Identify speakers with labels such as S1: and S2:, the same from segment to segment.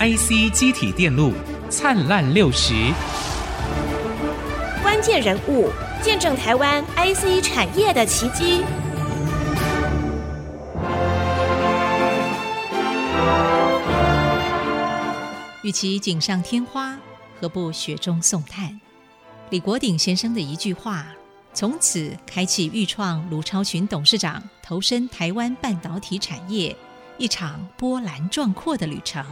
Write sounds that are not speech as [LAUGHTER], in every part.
S1: IC 机体电路灿烂六十，
S2: 关键人物，见证台湾 IC 产业的奇迹。
S3: 与其锦上添花，何不雪中送炭？李国鼎先生的一句话，从此开启豫创卢超群董事长投身台湾半导体产业一场波澜壮阔的旅程。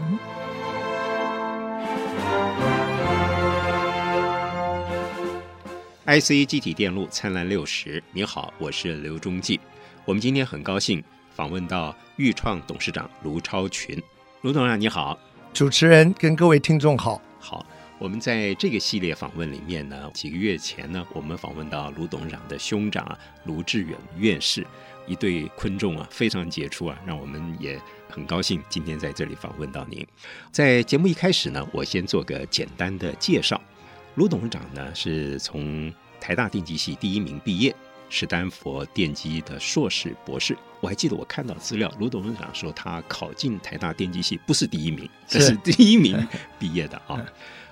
S4: IC 机体电路灿烂六十，你好，我是刘忠记。我们今天很高兴访问到豫创董事长卢超群，卢董事长你好。
S5: 主持人跟各位听众好，
S4: 好，我们在这个系列访问里面呢，几个月前呢，我们访问到卢董事长的兄长啊，卢志远院士，一对昆仲啊，非常杰出啊，让我们也很高兴今天在这里访问到您。在节目一开始呢，我先做个简单的介绍。卢董事长呢，是从台大电机系第一名毕业，史丹佛电机的硕士、博士。我还记得我看到资料，卢董事长说他考进台大电机系不是第一名，但是第一名毕业的啊。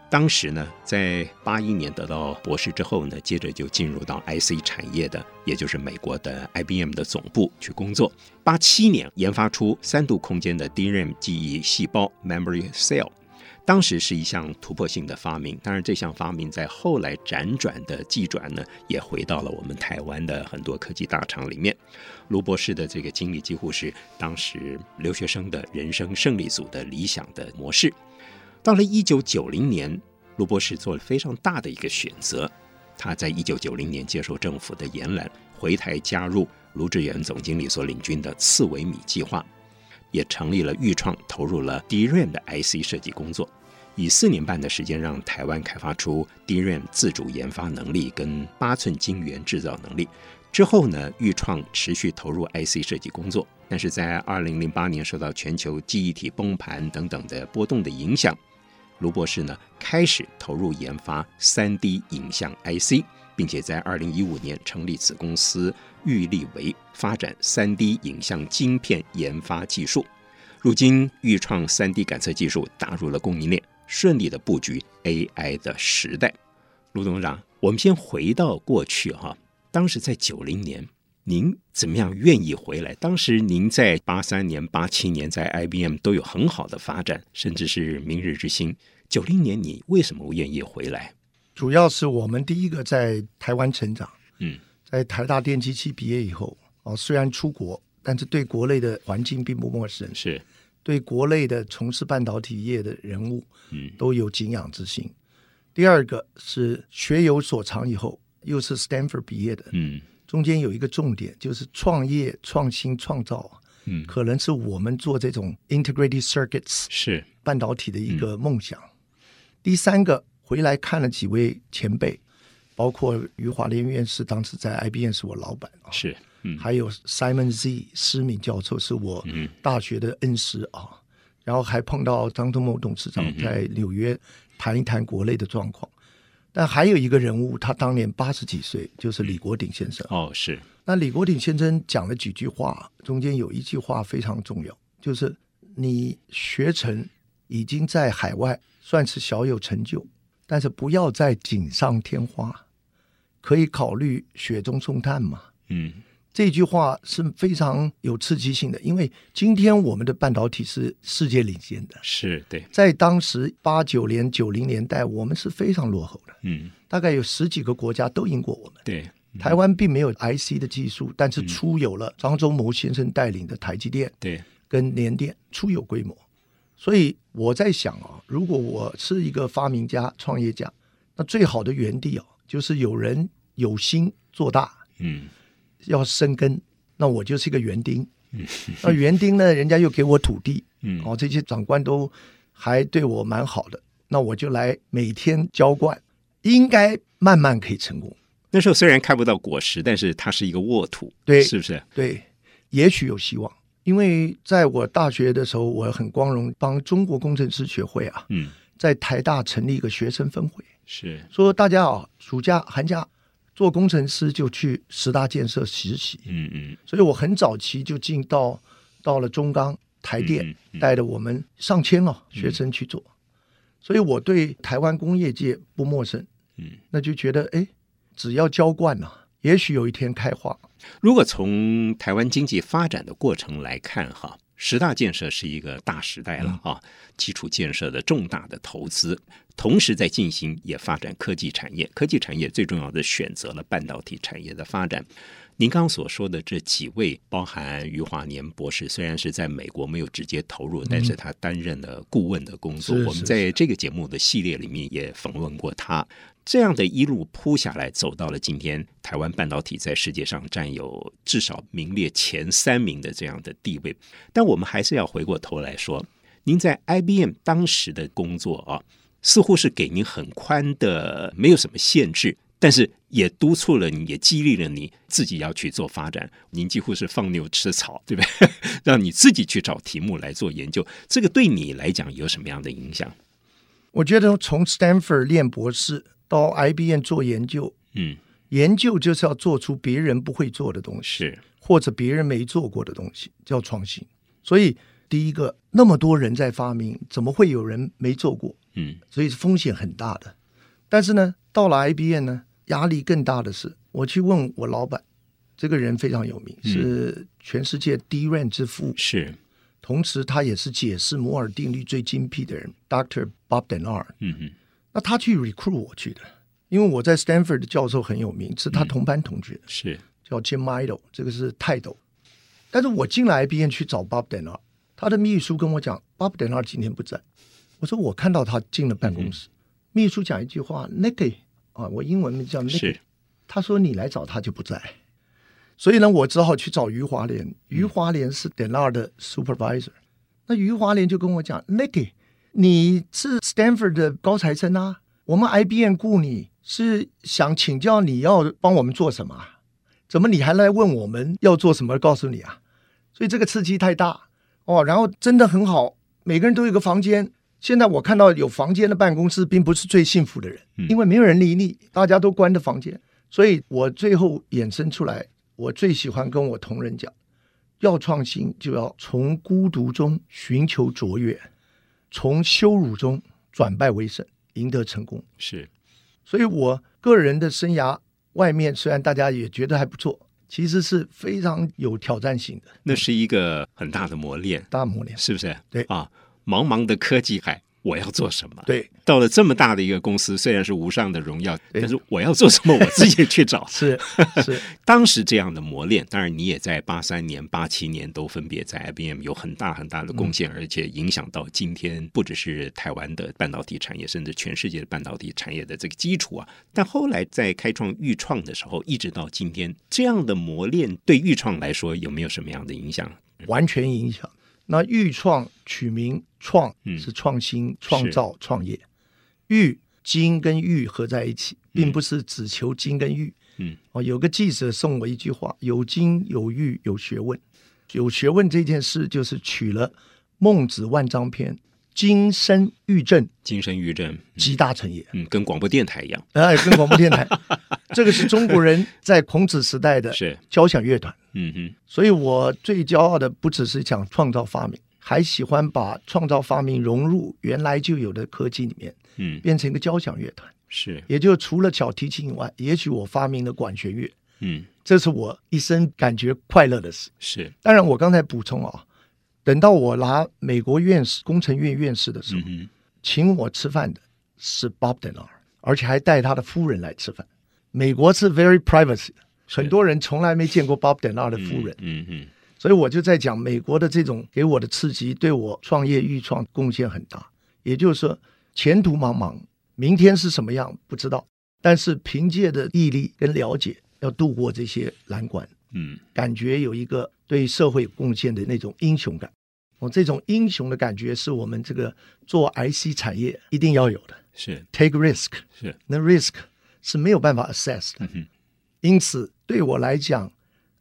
S4: 当时呢，在八一年得到博士之后呢，接着就进入到 IC 产业的，也就是美国的 IBM 的总部去工作。八七年研发出三度空间的 DRAM 记忆细胞 （Memory Cell）。当时是一项突破性的发明，当然这项发明在后来辗转的技转呢，也回到了我们台湾的很多科技大厂里面。卢博士的这个经历几乎是当时留学生的人生胜利组的理想的模式。到了一九九零年，卢博士做了非常大的一个选择，他在一九九零年接受政府的延揽，回台加入卢志远总经理所领军的刺猬米计划。也成立了豫创，投入了 DRAM 的 IC 设计工作。以四年半的时间，让台湾开发出 DRAM 自主研发能力跟八寸晶圆制造能力。之后呢，豫创持续投入 IC 设计工作，但是在二零零八年受到全球记忆体崩盘等等的波动的影响，卢博士呢开始投入研发 3D 影像 IC，并且在二零一五年成立子公司玉立维，发展 3D 影像晶片研发技术。如今，豫创 3D 感测技术打入了供应链。顺利的布局 AI 的时代。卢董事长，我们先回到过去哈、啊，当时在九零年，您怎么样愿意回来？当时您在八三年、八七年在 IBM 都有很好的发展，甚至是明日之星。九零年你为什么愿意回来？
S5: 主要是我们第一个在台湾成长，
S4: 嗯，
S5: 在台大电机系毕业以后，哦，虽然出国，但是对国内的环境并不陌生，
S4: 是
S5: 对国内的从事半导体业的人物，
S4: 嗯
S5: 都有敬仰之心。第二个是学有所长以后，又是 Stanford 毕业的，
S4: 嗯
S5: 中间有一个重点就是创业、创新、创造，
S4: 嗯，
S5: 可能是我们做这种 integrated circuits
S4: 是
S5: 半导体的一个梦想。第三个，回来看了几位前辈，包括余华莲院士，当时在 IBM 是我老板啊，
S4: 是嗯
S5: 还有 Simon Z 施敏教授是我大学的恩师啊，然后还碰到张忠谋董事长在纽约谈一谈国内的状况。但还有一个人物，他当年八十几岁，就是李国鼎先生。
S4: 哦是
S5: 那李国鼎先生讲了几句话，中间有一句话非常重要，就是你学成已经在海外算是小有成就，但是不要再锦上添花，可以考虑雪中送炭嘛。
S4: 嗯
S5: 这句话是非常有刺激性的，因为今天我们的半导体是世界领先的，
S4: 是对
S5: 在当时八九年、九零年代，我们是非常落后的，
S4: 嗯
S5: 大概有十几个国家都赢过我们。
S4: 对
S5: 台湾并没有 IC 的技术，但是嗯出有了张忠谋先生带领的台积电
S4: 对
S5: 跟联电，出有规模。所以我在想啊，如果我是一个发明家、创业家，那最好的园地啊，就是有人有心做大，
S4: 嗯
S5: 要生根，那我就是一个园丁。那园丁呢，人家又给我土地，
S4: 嗯
S5: 哦，这些长官都还对我蛮好的，那我就来每天浇灌，应该慢慢可以成功。
S4: 那时候虽然看不到果实，但是它是一个沃土，
S5: 对
S4: 是不是？
S5: 对，也许有希望，因为在我大学的时候，我很光荣帮中国工程师学会啊，
S4: 嗯
S5: 在台大成立一个学生分会，
S4: 是
S5: 说大家啊，暑假寒假做工程师就去十大建设实习，
S4: 嗯嗯
S5: 所以我很早期就进到到了中钢台电
S4: 嗯嗯嗯
S5: 带着我们上千哦学生去做，所以我对台湾工业界不陌生。
S4: 嗯，
S5: 那就觉得哎，只要浇灌呐、啊也许有一天开花。
S4: 如果从台湾经济发展的过程来看，哈，十大建设是一个大时代了啊，基础建设的重大的投资，同时在进行也发展科技产业。科技产业最重要的选择了半导体产业的发展。您刚所说的这几位，包含余华年博士，虽然是在美国没有直接投入，但是他担任了顾问的工作。
S5: 嗯是
S4: 我们
S5: 是
S4: 在这个节目的系列里面也访问过他。这样的一路铺下来，走到了今天，台湾半导体在世界上占有至少名列前三名的这样的地位。但我们还是要回过头来说，您在 IBM 当时的工作啊，似乎是给您很宽的，没有什么限制，但是也督促了你，也激励了你自己要去做发展。您几乎是放牛吃草，对不对？ [LAUGHS] 让你自己去找题目来做研究，这个对你来讲有什么样的影响？
S5: 我觉得从 Stanford 练博士到 IBM 做研究，
S4: 嗯，
S5: 研究就是要做出别人不会做的东西，
S4: 是，
S5: 或者别人没做过的东西，叫创新。所以第一个，那么多人在发明，怎么会有人没做过？
S4: 嗯
S5: 所以风险很大的。但是呢，到了 IBM 呢，压力更大的是，我去问我老板，这个人非常有名，
S4: 嗯
S5: 是全世界 DRAM 之父，
S4: 是，
S5: 同时他也是解释摩尔定律最精辟的人，Dr. Bob Denard。
S4: 嗯嗯
S5: 那他去 recruit 我去的，因为我在 Stanford 的教授很有名，是他同班同学，
S4: 是，
S5: 叫 Jim Idle，这个是泰斗。但是我进来 IBM 去找 Bob Denard，他的秘书跟我讲，Bob Denard 今天不在。我说我看到他进了办公
S4: 嗯
S5: 室，秘书讲一句话，Nicky 啊，我英文名叫 Nicky，
S4: 是
S5: 他说你来找他就不在，所以呢，我只好去找余华莲。余华莲是 Denard 的 supervisor，那余华莲就跟我讲，Nicky，你是 Stanford 的高材生啊，我们 IBM 雇你是想请教你要帮我们做什么啊，怎么你还来问我们要做什么？告诉你啊，所以这个刺激太大哦。然后真的很好，每个人都有一个房间。现在我看到有房间的办公室，并不是最幸福的人，因为没有人理你，大家都关着房间。所以我最后衍生出来，我最喜欢跟我同仁讲，要创新就要从孤独中寻求卓越，从羞辱中转败为胜，赢得成功。
S4: 是，
S5: 所以我个人的生涯外面虽然大家也觉得还不错，其实是非常有挑战性的
S4: 那是一个很大的磨练。
S5: 大磨练。
S4: 是不是？
S5: 对
S4: 啊，茫茫的科技海，我要做什么？，
S5: 对，
S4: 到了这么大的一个公司，虽然是无上的荣耀，
S5: 对。
S4: 但是我要做什么，我自己去找
S5: [LAUGHS] 是是，
S4: 当时这样的磨练，当然你也在八三年、八七年都分别在 IBM 有很大很大的
S5: 嗯
S4: 贡献，而且影响到今天不只是台湾的半导体产业，甚至全世界的半导体产业的这个基础啊。但后来在开创豫创的时候，一直到今天，这样的磨练对豫创来说有没有什么样的影响？
S5: 完全影响。那豫创取名创
S4: 嗯
S5: 是创新、创造、创业，豫金跟玉合在一起，并不是只求金跟玉。
S4: 嗯，
S5: 哦，有个记者送我一句话：有金有玉有学问。有学问这件事，就是取了《孟子万章篇》“金身玉正，
S4: 金身玉正，
S5: 集大成也”。
S4: 嗯，跟广播电台一样，
S5: 哎，跟广播
S4: [LAUGHS]
S5: 电台，这个是中国人在孔子时代的
S4: 是
S5: 交响乐团。
S4: 嗯哼。
S5: 所以我最骄傲的不只是讲创造发明，还喜欢把创造发明融入原来就有的科技里面，
S4: 嗯，
S5: 变成一个交响乐团。
S4: 是，
S5: 也就除了小提琴以外，也许我发明了管弦乐，
S4: 嗯，
S5: 这是我一生感觉快乐的事。
S4: 是，
S5: 当然，我刚才补充啊，等到我拿美国院士工程院院士的时候，
S4: 嗯
S5: 请我吃饭的是 Bob Denard，而且还带他的夫人来吃饭。美国是 very privacy 的，很多人从来没见过 Bob Denard 的
S4: 哼，
S5: 夫人，
S4: 嗯嗯
S5: 所以我就在讲美国的这种给我的刺激，对我创业预创贡献很大。也就是说，前途茫茫，明天是什么样不知道，但是凭借着毅力跟了解，要度过这些难关，
S4: 嗯，
S5: 感觉有一个对社会有贡献的那种英雄感。我这种英雄的感觉是我们这个做 IC 产业一定要有的。
S4: 是
S5: take risk，
S4: 是，嗯
S5: 那 risk 是没有办法 assess 的。
S4: 哼
S5: 因此，对我来讲，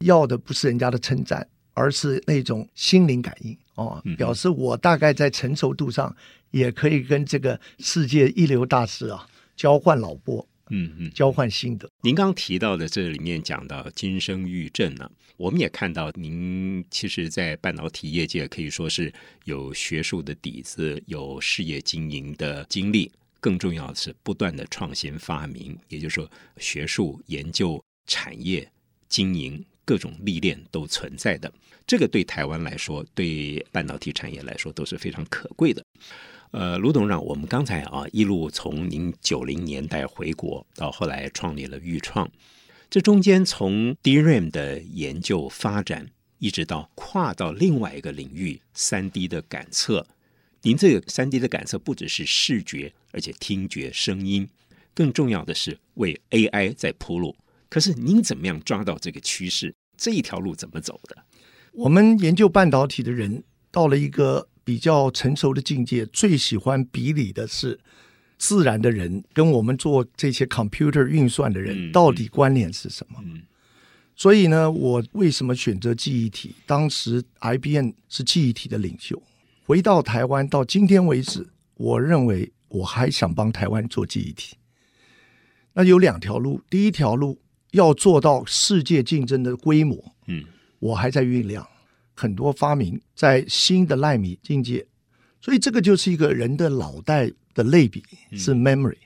S5: 要的不是人家的称赞，而是那种心灵感应哦，表示我大概在成熟度上也可以跟这个世界一流大师啊交换老波
S4: 嗯嗯，
S5: 交换心得。
S4: 您刚提到的这里面讲到金生玉振呢、我们也看到您其实，在半导体业界可以说是有学术的底子，有事业经营的经历，更重要的是不断的创新发明，也就是说，学术研究、产业经营各种历练都存在的。这个对台湾来说，对半导体产业来说都是非常可贵的。呃，卢董事长，我们刚才啊一路从您九零年代回国，到后来创立了豫创，这中间从 DRAM 的研究发展，一直到跨到另外一个领域三 D 的感测。您这个三 D 的感测不只是视觉，而且听觉、声音，更重要的是为 AI 在铺路。可是您怎么样抓到这个趋势？这一条路怎么走
S5: [LAUGHS]
S4: 的？
S5: 我们研究半导体的人到了一个比较成熟的境界，最喜欢比拟的是自然的人跟我们做这些 computer 运算的
S4: 嗯
S5: 人
S4: 嗯
S5: 到底关联是什么。
S4: 嗯
S5: 所以呢，我为什么选择记忆体？当时 IBM 是记忆体的领袖。回到台湾到今天为止，我认为我还想帮台湾做记忆体。那有两条路，第一条路要做到世界竞争的规模，
S4: 嗯
S5: 我还在酝酿很多发明，在新的纳米境界，所以这个就是一个人的脑袋的类比
S4: 嗯
S5: 是 memory。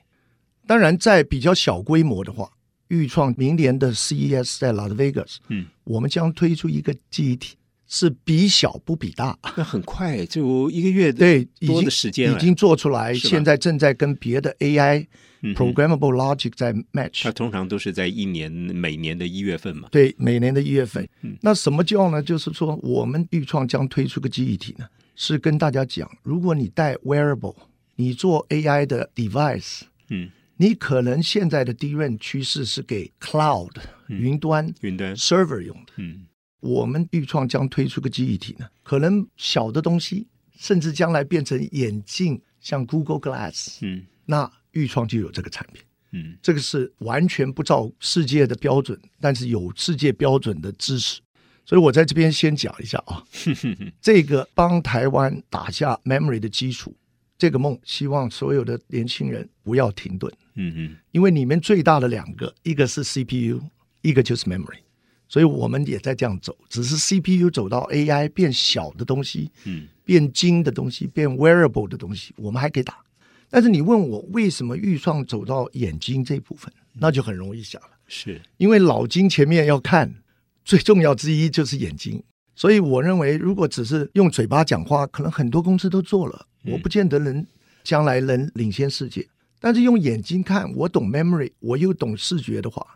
S5: 当然，在比较小规模的话，预创明年的 CES 在 Las Vegas，
S4: 嗯，
S5: 我们将推出一个记忆体，是比小不比
S4: [LAUGHS]
S5: 大。
S4: 那很快就一个月
S5: 对，已
S4: 多
S5: 经
S4: 的时间了
S5: 已经做出来，
S4: 是吧
S5: 现在正在跟别的 AI
S4: 嗯哼
S5: programmable logic 在 match
S4: 它。通常都是在一年每年的一月份嘛。
S5: 对，每年的一月份。
S4: 嗯
S5: 那什么叫呢？就是说，我们预创将推出个记忆体呢，是跟大家讲，如果你带 wearable，你做 AI 的 device，
S4: 嗯，
S5: 你可能现在的 DRAM 趋势是给 cloud
S4: 嗯
S5: 云端、
S4: 云端，
S5: server 用的。
S4: 嗯
S5: 我们预创将推出个记忆体呢，可能小的东西，甚至将来变成眼镜，像 Google Glass，
S4: 嗯
S5: 那预创就有这个产品。
S4: 嗯
S5: 这个是完全不照世界的标准，但是有世界标准的支持。所以我在这边先讲一下啊，这个帮台湾打下 memory 的基础，这个梦，希望所有的年轻人不要停顿，
S4: 嗯嗯，
S5: 因为里面最大的两个，一个是 CPU，一个就是 memory。所以我们也在这样走，只是 CPU 走到 AI 变小的东西，
S4: 嗯，
S5: 变精的东西，变 wearable 的东西，我们还可以打。但是你问我为什么预创走到眼睛这部分，那就很容易想了，
S4: 是，
S5: 因为脑筋前面要看，最重要之一就是眼睛。所以我认为，如果只是用嘴巴讲话，可能很多公司都做了，我不见得能将来能领先世界。但是用眼睛看，我懂 memory，我又懂视觉的话，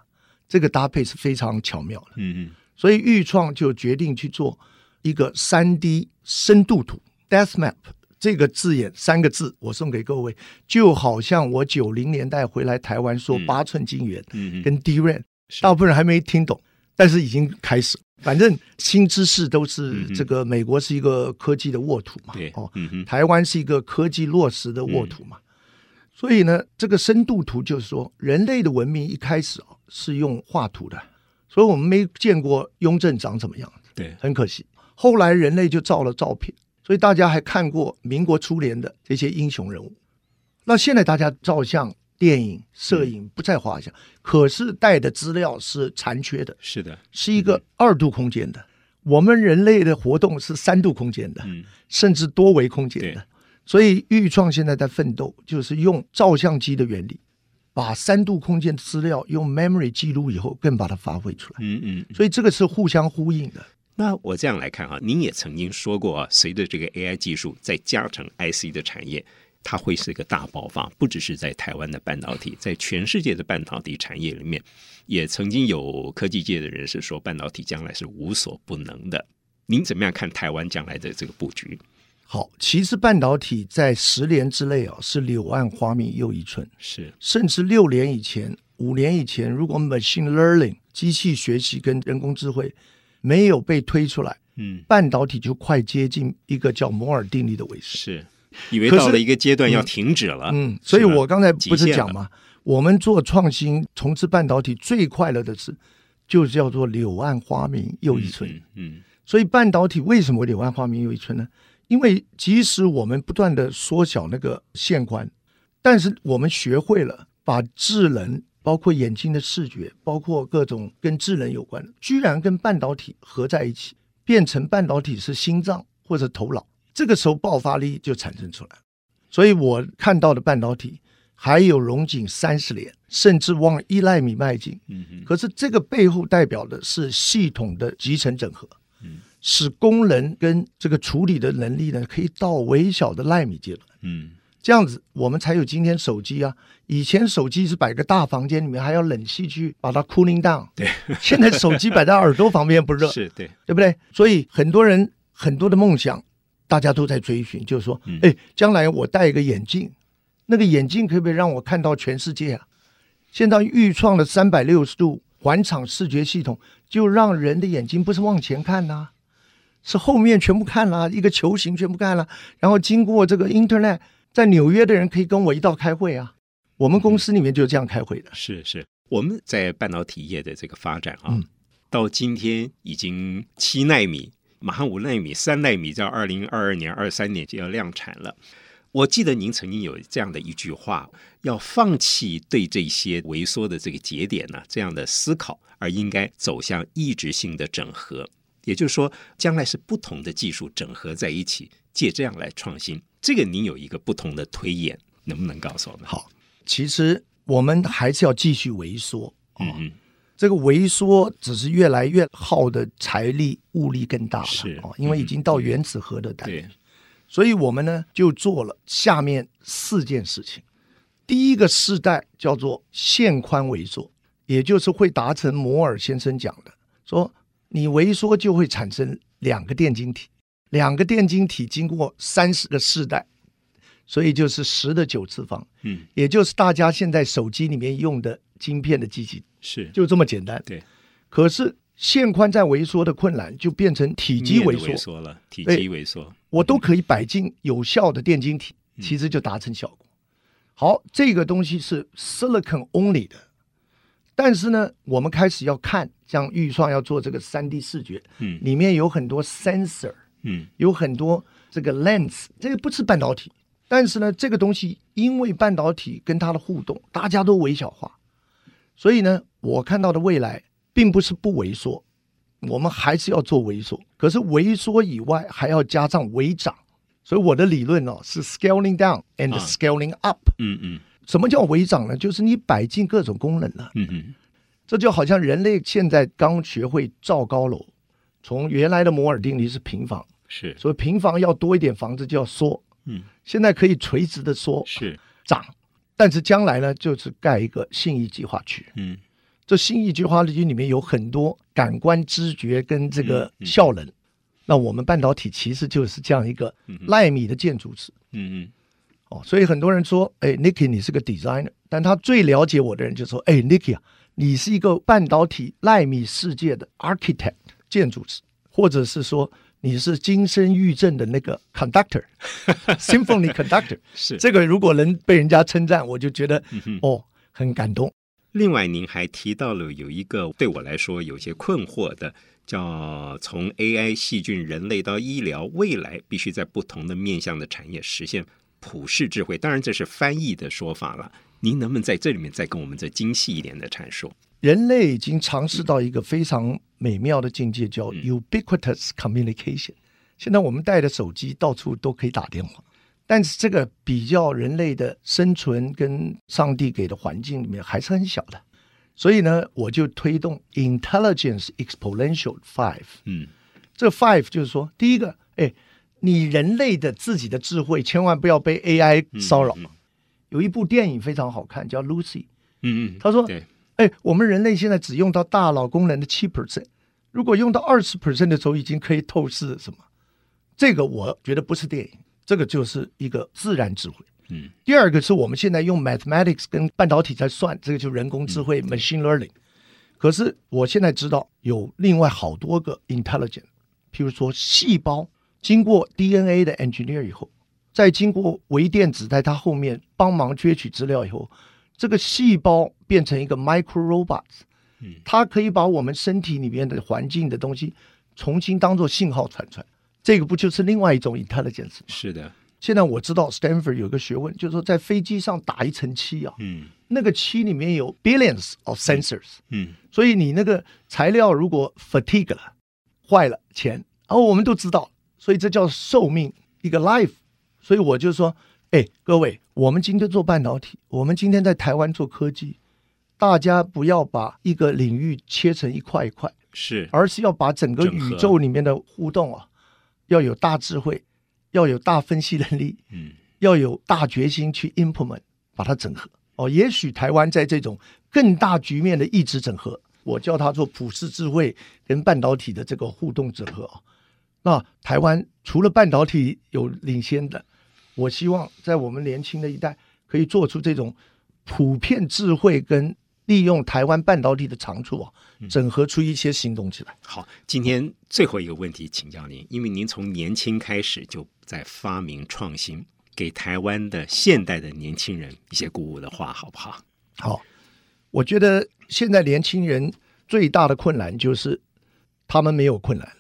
S5: 这个搭配是非常巧妙的。
S4: 嗯
S5: 所以豫创就决定去做一个三 D 深度图 （Death Map） 这个字眼，三个字我送给各位，就好像我九零年代回来台湾说
S4: 嗯
S5: 八寸晶圆、
S4: 嗯嗯嗯，
S5: 跟 DRAM，
S4: 是
S5: 大部分人还没听懂，但是已经开始。反正新知识都是
S4: 嗯哼
S5: 这个，美国是一个科技的沃土嘛，
S4: 对
S5: 哦，
S4: 嗯哼
S5: 台湾是一个科技落实的沃土嘛，所以呢，这个深度图就是说，人类的文明一开始啊是用画图的，所以我们没见过雍正长怎么样，
S4: 对，
S5: 很可惜。后来人类就造了照片，所以大家还看过民国初年的这些英雄人物。那现在大家照相、电影、摄影不在话下，可是带的资料是残缺的，
S4: 是的，
S5: 是一
S4: 嗯
S5: 个二度空间的。我们人类的活动是三度空间的，
S4: 嗯
S5: 甚至多维空间
S4: 对
S5: 的。所以豫创现在在奋斗，就是用照相机的原理，把三度空间的资料用 memory 记录以后，更把它发挥出来。
S4: 嗯嗯。
S5: 所以这个是互相呼应的。
S4: 那我这样来看啊，您也曾经说过啊，随着这个 AI 技术再加成 IC 的产业。它会是一个大爆发，不只是在台湾的半导体，在全世界的半导体产业里面，也曾经有科技界的人士说，半导体将来是无所不能的。您怎么样看台湾将来的这个布局？
S5: 好，其实半导体在十年之内啊，是柳暗花明又一村，
S4: 是，
S5: 甚至六年以前、五年以前，如果 machine learning 机器学习跟人工智慧没有被推出来，
S4: 嗯，
S5: 半导体就快接近一个叫摩尔定律的为止。
S4: 是，以为
S5: 可是
S4: 到了一个阶段要停止了。
S5: 嗯，
S4: 是吧
S5: 所以我刚才不是
S4: 啊极限
S5: 讲
S4: 了
S5: 嘛，我们做创新、重置半导体最快乐的事，就叫做柳暗花明又一村。
S4: 嗯嗯
S5: 所以半导体为什么柳暗花明又一村呢？因为即使我们不断的缩小那个线宽，但是我们学会了把智能、包括眼睛的视觉，包括各种跟智能有关的，居然跟半导体合在一起，变成半导体是心脏或者头脑，这个时候爆发力就产生出来了。所以我看到的半导体还有荣景三十年，甚至往一纳米迈进。
S4: 嗯哼，
S5: 可是这个背后代表的是系统的集成整合
S4: 嗯，
S5: 使功能跟这个处理的能力呢，可以到微小的纳米阶段。
S4: 嗯
S5: 这样子，我们才有今天手机啊。以前手机是摆个大房间里面，还要冷气去把它 cooling down。
S4: 对，
S5: 现在手机摆在耳朵旁边不热，
S4: 是对，
S5: 对不对？所以很多人很多的梦想，大家都在追寻，就是说
S4: 嗯，
S5: 哎，将来我戴一个眼镜，那个眼镜可不可以让我看到全世界啊？现在预创的三百六十度环场视觉系统，就让人的眼睛不是往前看呐、是后面全部看啦、一个球形全部看啦、然后经过这个 Internet，在纽约的人可以跟我一道开会啊。我们公司里面就这样开会的，
S4: 是是，我们在半导体业的这个发展啊，
S5: 嗯
S4: 到今天已经七纳米，马上五纳米、三纳米，到二零二二年、二三年就要量产了。我记得您曾经有这样的一句话，要放弃对这些萎缩的这个节点呢、这样的思考，而应该走向抑制性的整合。也就是说，将来是不同的技术整合在一起，借这样来创新。这个您有一个不同的推演，能不能告诉我们？
S5: 好，其实我们还是要继续萎缩。哦
S4: 嗯嗯，
S5: 这个萎缩只是越来越耗的财力、物力更大了
S4: 是嗯
S5: 哦，因为已经到原子核的代。
S4: 对，
S5: 所以我们呢就做了下面四件事情。第一个世代叫做线宽萎缩，也就是会达成摩尔先生讲的，说你萎缩就会产生两个电晶体，两个电晶体经过三十个世代，所以就是十的九次方，
S4: 嗯，
S5: 也就是大家现在手机里面用的晶片的机器，
S4: 是
S5: 就这么简单。
S4: 对，
S5: 可是线宽在萎缩的困难就变成体积
S4: 面的
S5: 萎
S4: 萎
S5: 缩，
S4: 缩哎了，体
S5: 对
S4: 积萎缩，
S5: 我都可以摆进有效的电晶体，其实就达成效果。好，这个东西是 silicon only 的，但是呢，我们开始要看，像预算要做这个三 D 视觉，
S4: 嗯
S5: 里面有很多 sensor，
S4: 嗯
S5: 有很多这个 lens，这个不是半导体，但是呢，这个东西因为半导体跟它的互动，大家都微小化，所以呢，我看到的未来并不是不萎缩，我们还是要做萎缩，可是萎缩以外还要加上微涨，所以我的理论哦是 scaling down and
S4: 啊
S5: scaling up。
S4: 嗯嗯
S5: 什么叫微涨呢？就是你摆进各种功能了。
S4: 嗯嗯，
S5: 这就好像人类现在刚学会造高楼，从原来的摩尔定律是平房，
S4: 是，
S5: 所以平房要多一点房子就要缩，
S4: 嗯
S5: 现在可以垂直的缩
S4: 是，
S5: 涨，但是将来呢，就是盖一个信义计划区。
S4: 嗯
S5: 这信义计划区里面有很多感官知觉跟这个
S4: 嗯嗯
S5: 效能，那我们半导体其实就是这样一个
S4: 嗯哼
S5: 纳米的建筑师
S4: 嗯嗯
S5: 哦，所以很多人说，哎，Nicky 你是个 designer，但他最了解我的人就说，哎，Nicky 啊，你是一个半导体纳米世界的 architect 建筑师，或者是说你是金身玉振的那个 [LAUGHS] conductor，symphony conductor。
S4: 是。
S5: 这个如果能被人家称赞，我就觉得、
S4: 哼
S5: 哦很感动。
S4: 另外，您还提到了有一个对我来说有些困惑的，叫从 AI 细菌、人类到医疗，未来必须在不同的面向的产业实现普世智慧。当然，这是翻译的说法了。您能不能在这里面再跟我们再精细一点的阐述？
S5: 人类已经尝试到一个非常美妙的境界，叫 ubiquitous communication。现在我们带着手机到处都可以打电话，但是这个比较人类的生存跟上帝给的环境里面还是很小的，所以呢，我就推动 intelligence exponential five。
S4: 嗯
S5: 这 five 就是说，第一个，哎，你人类的自己的智慧千万不要被 AI 骚扰。有一部电影非常好看，叫《Lucy》。
S4: 嗯嗯，
S5: 他说
S4: 对，
S5: 哎，我们人类现在只用到大脑功能的七 percent，如果用到二十 percent 的时候，已经可以透视什么？这个我觉得不是电影，这个就是一个自然智慧。
S4: 嗯，
S5: 第二个是我们现在用 mathematics 跟半导体在算，这个就人工智慧、machine learning。可是我现在知道有另外好多个 intelligent，譬如说细胞经过 DNA 的 engineer 以后，再经过微电子在它后面帮忙攫取资料以后，这个细胞变成一个 micro robot，
S4: 嗯
S5: 它可以把我们身体里面的环境的东西重新当做信号传出来，这个不就是另外一种 intelligence？吗
S4: 是的，
S5: 现在我知道 Stanford 有个学问，就是说在飞机上打一层漆啊，
S4: 嗯
S5: 那个漆里面有 billions of sensors，
S4: 嗯
S5: 所以你那个材料如果 fatigue 了、坏了、钱，哦，我们都知道，所以这叫寿命一个 life。所以我就说，哎，各位，我们今天做半导体，我们今天在台湾做科技，大家不要把一个领域切成一块一块，
S4: 是
S5: 而是要把整个
S4: 整合
S5: 宇宙里面的互动啊，要有大智慧，要有大分析能力，
S4: 嗯
S5: 要有大决心去 implement 把它整合。哦，也许台湾在这种更大局面的意志整合，我叫它做普世智慧跟半导体的这个互动整合啊。那台湾除了半导体有领先的，我希望在我们年轻的一代可以做出这种普遍智慧跟利用台湾半导体的长处啊，整合出一些行动起来。
S4: 好，今天最后一个问题请教您，因为您从年轻开始就在发明创新，给台湾的现代的年轻人一些鼓舞的话，好不好？
S5: 好，我觉得现在年轻人最大的困难就是他们没有困难，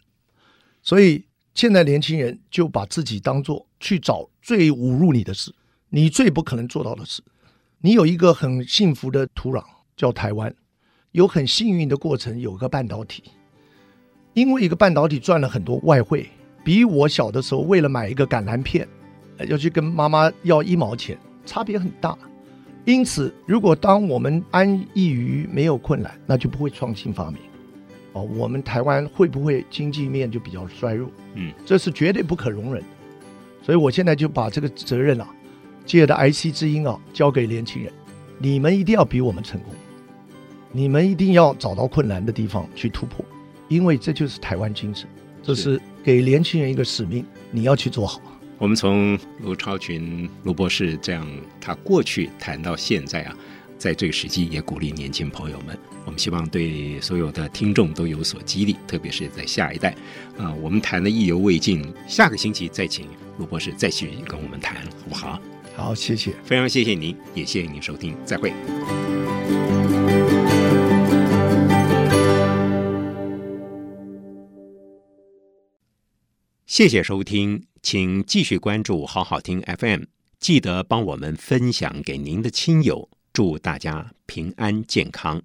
S5: 所以现在年轻人就把自己当做去找最侮辱你的事，你最不可能做到的事。你有一个很幸福的土壤叫台湾，有很幸运的过程，有个半导体，因为一个半导体赚了很多外汇。比我小的时候，为了买一个橄榄片，呃要去跟妈妈要一毛钱，差别很大。因此，如果当我们安逸于没有困难，那就不会创新发明。哦，我们台湾会不会经济面就比较衰弱？
S4: 嗯，
S5: 这是绝对不可容忍的。所以我现在就把这个责任啊，借着 IC 之音啊，交给年轻人，你们一定要比我们成功，你们一定要找到困难的地方去突破，因为这就是台湾精神，这是给年轻人一个使命，你要去做好。
S4: 我们从卢超群卢博士这样他过去谈到现在啊，在这个时机也鼓励年轻朋友们，我们希望对所有的听众都有所激励，特别是在下一代啊、我们谈的意犹未尽，下个星期再请卢博士再去跟我们谈，好不好？
S5: 好，谢谢。
S4: 非常谢谢您，也谢谢您收听，再会。谢谢收听，请继续关注好好听 FM，记得帮我们分享给您的亲友，祝大家平安健康，